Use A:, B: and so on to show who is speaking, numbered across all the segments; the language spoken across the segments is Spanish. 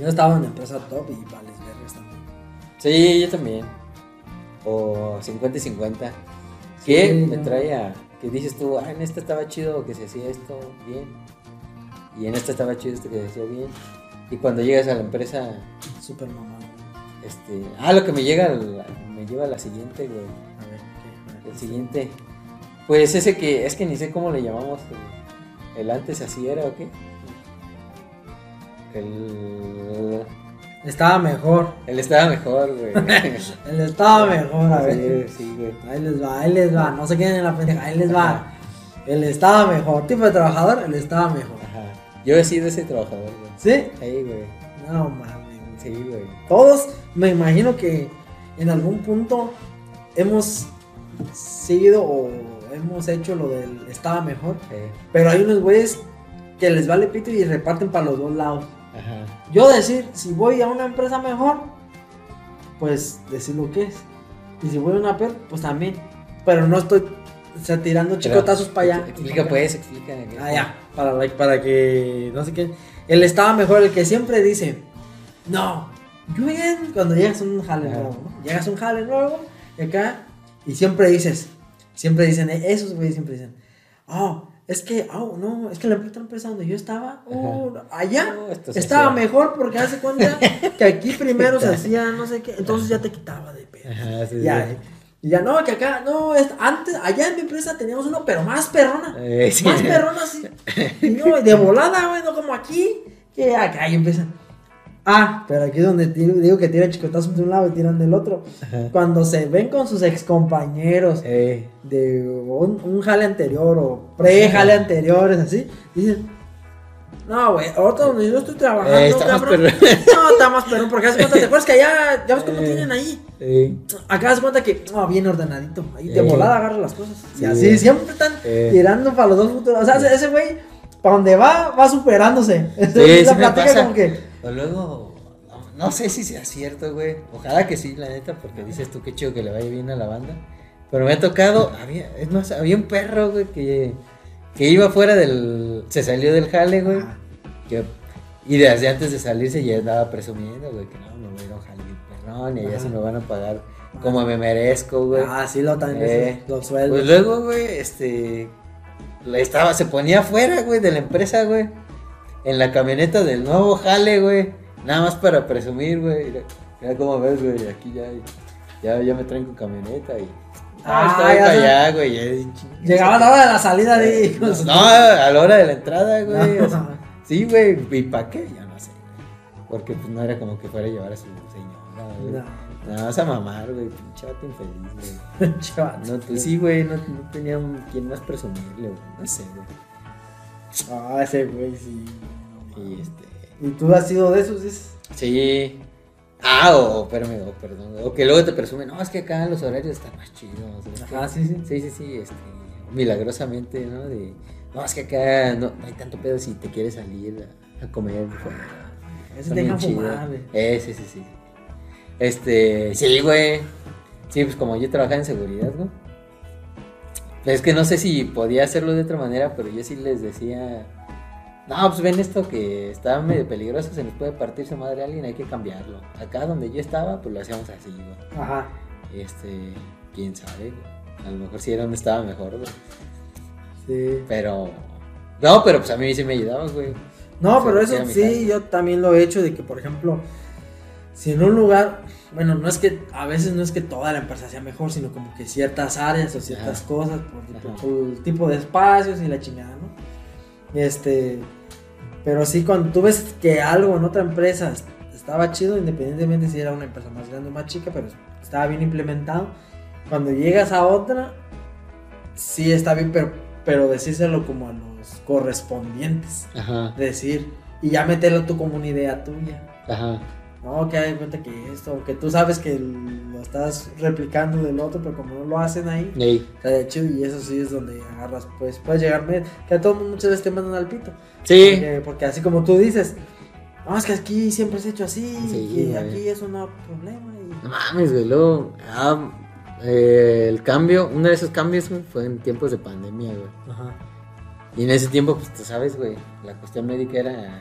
A: Yo estaba en una empresa top y vales vergas también.
B: Sí, yo también. O 50 y 50. ¿Qué
A: Sí,
B: me
A: no.
B: trae a.? Que dices tú, ah, en esta estaba chido que se hacía esto bien. Y en esta estaba chido esto que se hacía bien. Y cuando llegas a la empresa,
A: Súper mamado.
B: este. Ah, lo que me llega, al- me lleva a la siguiente, güey.
A: A ver, ¿qué?
B: El siguiente. Pues ese que es que ni sé cómo le llamamos. El, el antes así era o qué. El.
A: Estaba mejor.
B: El estaba mejor, güey.
A: Él estaba mejor, a ver.
B: Sí, sí, güey.
A: Ahí les va, ahí les va. No se queden en la pendeja, ahí les va. Él estaba mejor. Tipo de trabajador, él estaba mejor.
B: Ajá. Yo he sido ese trabajador, güey.
A: ¿Sí?
B: Ahí, güey.
A: No mames. güey.
B: Sí, güey.
A: Todos, me imagino que en algún punto hemos seguido o hemos hecho lo del estaba mejor.
B: Eh,
A: Pero hay unos güeyes que les vale pito y reparten para los dos lados.
B: Ajá.
A: Yo decir, si voy a una empresa mejor, pues decir lo que es. Y si voy a una peor, pues también. Pero no estoy o sea, tirando chicotazos para allá.
B: Explica, pues, explica. güey.
A: Ah, ya, para, like, para que no sé qué. Él estaba mejor, el que siempre dice, no, yo bien", cuando llegas a un jale
B: Ajá.
A: nuevo, ¿no? Llegas a un jale nuevo, y acá, y siempre dices, siempre dicen, eh, esos güeyes siempre dicen, oh, es que, oh, no, es que la otra empresa donde yo estaba, oh, allá,
B: No, esto se
A: estaba
B: hacía.
A: mejor porque hace cuenta que aquí primero se hacía no sé qué, entonces ya te quitaba de pedo.
B: Ajá, sí,
A: Ya,
B: sí.
A: y ya no, que acá, no, es- antes, allá en mi empresa teníamos uno, pero más perrona.
B: Eh, sí.
A: Más perrona así. Y no, de volada, güey, no como aquí. Que acá y empiezan. Ah, pero aquí es donde tiro- digo que tiran chicotazos de un lado y tiran del otro.
B: Ajá.
A: Cuando se ven con sus excompañeros
B: Eh,
A: de un, un jale anterior o pre-jale anteriores, así, dicen. No, güey, ahorita donde yo estoy trabajando,
B: Eh, está más
A: cabrón,
B: perrón".
A: No, está más perrón, porque hace cuenta, ¿te acuerdas que allá, ya ves cómo
B: Eh.
A: tienen ahí?
B: eh,
A: Acá das cuenta que ah, bien ordenadito. Ahí de
B: Eh.
A: volada agarra las cosas. Y
B: Sí.
A: así siempre están
B: Eh.
A: tirando para los dos futuros. O sea, ese- ese güey, para donde va, va superándose.
B: Sí,
A: Esa
B: sí me pasa.
A: como que.
B: O luego, no, no sé si sea cierto, güey. Ojalá que sí, la neta, porque dices tú qué chido que le vaya bien a la banda. Pero me ha tocado, había, es más, había un perro, güey, que, que iba fuera del. Se salió del jale, güey. que- y desde antes de salirse ya andaba presumiendo, güey, que no, me voy a ir a un jale bien perrón y allá
A: Ajá.
B: se me van a pagar como me merezco, güey.
A: Ah, sí, lo tan
B: Eh.
A: Lo sueldo.
B: Pues luego, güey, este. la estaba, se ponía afuera, güey, de la empresa, güey. En la camioneta del nuevo jale, güey. Nada más para presumir, güey. Mira, mira cómo ves, güey. Aquí ya, ya, ya me traen con camioneta y.
A: Ah,
B: Ah, estaba
A: ya
B: para
A: se-
B: allá, güey. ya-
A: Llegaba la hora de la salida de
B: Eh, No, no, a la hora de la entrada, güey. o sea,
A: No.
B: sí, güey. ¿Y para qué? Ya no sé, güey. Porque pues no era como que fuera a llevar a su señora, güey.
A: No,
B: Nada más a mamar, güey. Pinche vato infeliz, güey.
A: chaval.
B: No, pues sí, güey, no, no tenía un- quien más presumirle, güey, no sé, güey.
A: Ah, ese güey, sí.
B: Y este...
A: ¿Y tú has sido de esos? dices?
B: Sí. Ah, o, espérame, o perdón, güey, o que luego te presume, no, es que acá los horarios están más chidos. es que-
A: Ajá, sí, sí.
B: Sí, sí, sí, este, milagrosamente, ¿no? De, no, es que acá no, no hay tanto pedo si te quieres salir a, a comer. fuera.
A: Ese
B: Está
A: te deja
B: bien chido.
A: fumar, güey.
B: Eh, sí, sí, sí. Este, sí, güey. Sí, pues como yo trabajaba en seguridad, ¿no? Pues es que no sé si podía hacerlo de otra manera, pero yo sí les decía, no, pues ven esto que está medio peligroso, se nos puede partir su madre a alguien, hay que cambiarlo. Acá donde yo estaba, pues lo hacíamos así, güey.
A: Ajá.
B: Este, quién sabe, güey. A lo mejor sí era donde estaba mejor, güey.
A: Sí.
B: Pero, no, pero pues a mí sí me ayudaba, güey.
A: No,
B: Se
A: pero eso
B: refiere a mi
A: sí,
B: casa.
A: yo también lo he hecho de que, por ejemplo, si en un lugar, bueno, no es que, a veces no es que toda la empresa sea mejor, sino como que ciertas áreas o ciertas
B: Ajá.
A: cosas, por, por-
B: Ajá.
A: por el tipo de espacios y la chingada, ¿no? Este, pero sí, cuando tú ves que algo en otra empresa est- estaba chido, independientemente si era una empresa más grande o más chica, pero estaba bien implementado, cuando llegas a otra, sí está bien, pero, pero decírselo como a los correspondientes
B: Ajá,
A: decir y ya meterlo tú como una idea tuya.
B: ajá.
A: No, que hay cuenta que esto, que tú sabes que lo estás replicando del otro, pero como no lo hacen ahí,
B: Ey,
A: está de chido y eso sí es donde agarras, pues puedes llegar, medio- que a todo mundo muchas veces te mandan al pito.
B: Sí.
A: Porque, porque así como tú dices, no, es que aquí siempre se ha hecho así,
B: Sí,
A: y
B: güey.
A: aquí eso no hay problema. y-
B: No mames, güey. Luego, ah, eh, el cambio, uno de esos cambios, güey, fue en tiempos de pandemia, güey. Y en ese tiempo, pues tú sabes, güey, la cuestión médica era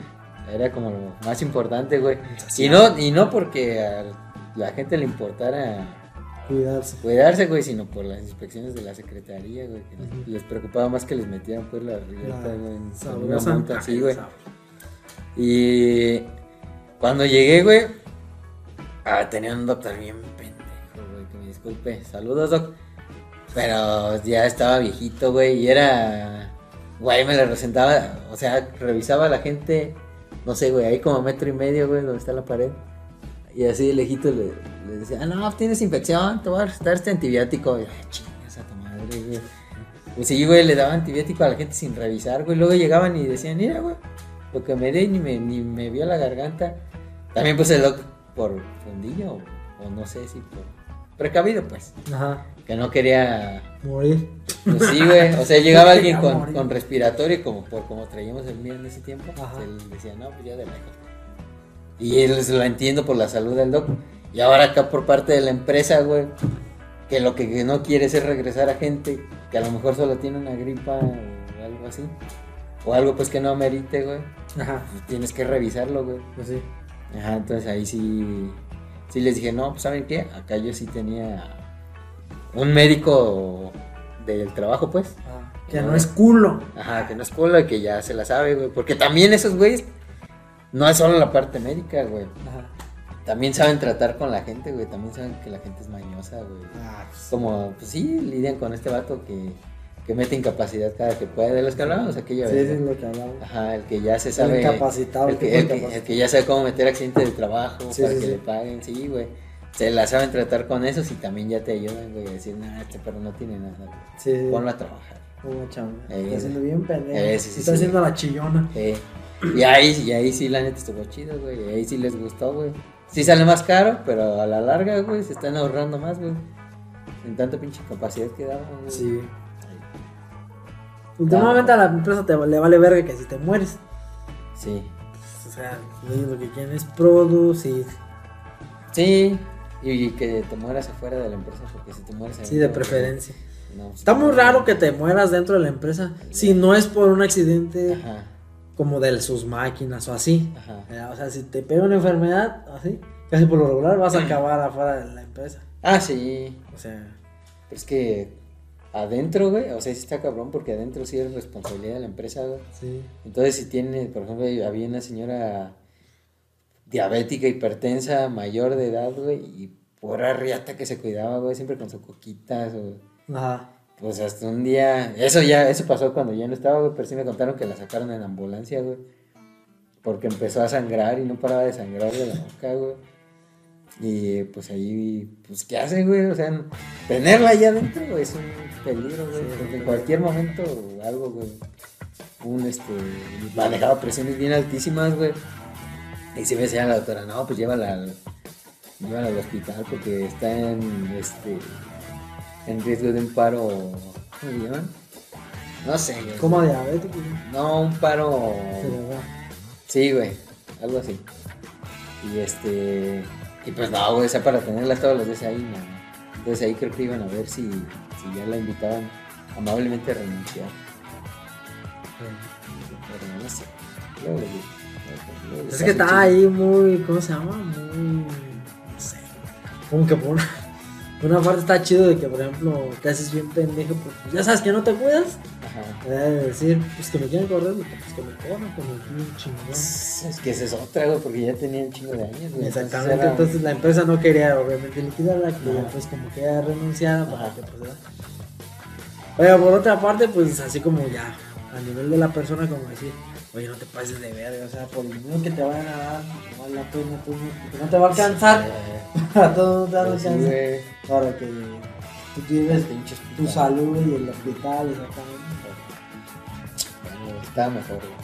B: Era como lo más importante, güey. Y no, y no porque a la gente le importara
A: Cuidarse.
B: cuidarse, güey, sino por las inspecciones de la secretaría, güey. que les, les preocupaba más que les metieran pues la riata, güey. en- en una
A: Sabrosa.
B: multa, sí, güey.
A: Sabrosa.
B: Y cuando llegué, güey, ah, tenía un doctor bien pendejo, güey, que me disculpe. Saludos, doc. Pero ya estaba viejito, güey, y era. Güey, me le resentaba, o sea, revisaba a la gente, no sé, güey, ahí como a metro y medio, güey, donde está la pared. Y así de lejito le, le decía, ah, no, tienes infección, te voy a recetar este antibiótico. Y, ay, chingas a tu madre, güey. Pues sí, güey, le daba antibiótico a la gente sin revisar, güey. Luego llegaban y decían, mira, güey, lo que me di ni me, ni me vio la garganta. También pues el doc por fundillo, o, o no sé si por precavido, pues.
A: Ajá.
B: Que no quería,
A: Morir.
B: pues sí, güey. O sea, llegaba alguien
A: Quería
B: con,
A: morir.
B: con respiratorio, como por como traíamos el mío en ese tiempo. pues,
A: Ajá.
B: él decía, no, pues ya de lejos. Y él se lo entiendo por la salud del doc. Y ahora acá por parte de la empresa, güey, que lo que no quieres es regresar a gente que a lo mejor solo tiene una gripa o algo así. O algo pues que no amerite, güey.
A: Ajá.
B: Pues, tienes que revisarlo, güey.
A: Pues sí.
B: Ajá, entonces ahí sí, sí les dije, no, pues saben qué, acá yo sí tenía un médico del trabajo, pues.
A: Ah, que no es culo.
B: Ajá, que no es cola, que ya se la sabe, güey. Porque también esos güeyes no es solo la parte médica, güey.
A: Ajá.
B: También saben tratar con la gente, güey. También saben que la gente es mañosa, güey.
A: Ah, pues,
B: Como, pues sí, lidian con este vato que, que mete incapacidad cada que puede, de los que hablábamos aquella
A: sí,
B: vez.
A: sí, es
B: ¿no?
A: lo que hablamos.
B: Ajá, el que ya se
A: El
B: Ah, sabe.
A: incapacitado.
B: El
A: tipo
B: que, el que- el
A: incapacitado.
B: que ya sabe cómo meter accidentes de trabajo
A: Ah, Sí,
B: para
A: sí,
B: que
A: sí.
B: le paguen, sí, güey. Se la saben tratar con esos y también ya te ayudan, güey, a decir, nada, este perro no tiene nada, güey.
A: Sí, sí.
B: ponlo a trabajar.
A: Como chamba.
B: Eh,
A: Está haciendo bien pendejo.
B: eh, sí, sí,
A: Está
B: sí.
A: haciendo la chillona.
B: Eh, y, ahí, y ahí sí, la neta estuvo chido, güey. y Ahí sí les gustó, güey. Sí sale más caro, pero a la larga, güey, se están ahorrando más, güey. En tanta pinche capacidad que daban, güey.
A: Sí. Últimamente a la empresa te, le vale verga que si te mueres.
B: Sí.
A: O sea, ellos lo que quieren es producir.
B: Sí. Y, y que te mueras afuera de la empresa, porque si te mueres
A: Sí, de
B: adentro, güey,
A: preferencia.
B: no,
A: Está muy raro que te mueras dentro de la empresa si no es por un accidente
B: Ajá,
A: como de sus máquinas o así.
B: ajá.
A: Eh, O sea, si te pega una enfermedad, así, casi por lo regular vas a acabar afuera de la empresa.
B: Ah, sí.
A: O sea,
B: Es que adentro, güey, o sea, sí está cabrón porque adentro sí es responsabilidad de la empresa, güey.
A: sí.
B: Entonces, si tiene, por ejemplo, había una señora diabética, hipertensa, mayor de edad, güey, y pura riata que se cuidaba, güey, siempre con su coquita, su-
A: Ajá.
B: Pues hasta un día, eso ya, eso pasó cuando ya no estaba, güey, pero sí me contaron que la sacaron en ambulancia, güey. Porque empezó a sangrar y no paraba de sangrar de la boca, güey. Y pues ahí, pues ¿qué hace, güey? O sea, tenerla ahí adentro güey, es un peligro, güey.
A: Sí,
B: porque en
A: sí.
B: cualquier momento algo, güey. Un, este, manejaba presiones bien altísimas, güey. Y se me decía la doctora, no, pues llévala al, llévala al hospital porque está en, este, en riesgo de un paro, ¿cómo le llaman? No sé, güey.
A: Como diabético.
B: No, un paro...
A: Cerebral.
B: Sí, güey, algo así. Y este. Y pues no, güey, o sea, para tenerlas todos los días ahí, no. Entonces ahí creo que iban a ver si, si ya la invitaban amablemente a renunciar. Pero no sé. Luego les digo. Luego- luego les
A: Es que
B: paso el
A: está
B: chisme.
A: ahí muy, ¿cómo se llama? Muy, no sé, como que por una, por una parte está chido de que, por ejemplo, te haces bien pendejo, porque pues, ya sabes que no te cuidas,
B: Ajá.
A: te debe decir, pues que me quieren correr, pues que me corran, como un chingón.
B: Es que esa es otra, güey, porque ya tenía un chingo de años, güey.
A: Exactamente,
B: era-
A: entonces la empresa no quería obviamente liquidarla, quería
B: Ajá.
A: pues como que ya renunciara para
B: Ajá.
A: que proceda. Pero por otra parte, pues así como ya, a nivel de la persona, como decir, oye, no te pases de verga, o sea, por lo menos que te vayan a dar, no, la pena, tú no- porque no te va a alcanzar,
B: Eh,
A: a todo no te va a
B: pero sí,
A: alcanzar,
B: güey.
A: para que tú tienes
B: Pinches
A: tu
B: putas.
A: salud y el hospital, exactamente.
B: Bueno, Estaba mejor, güey.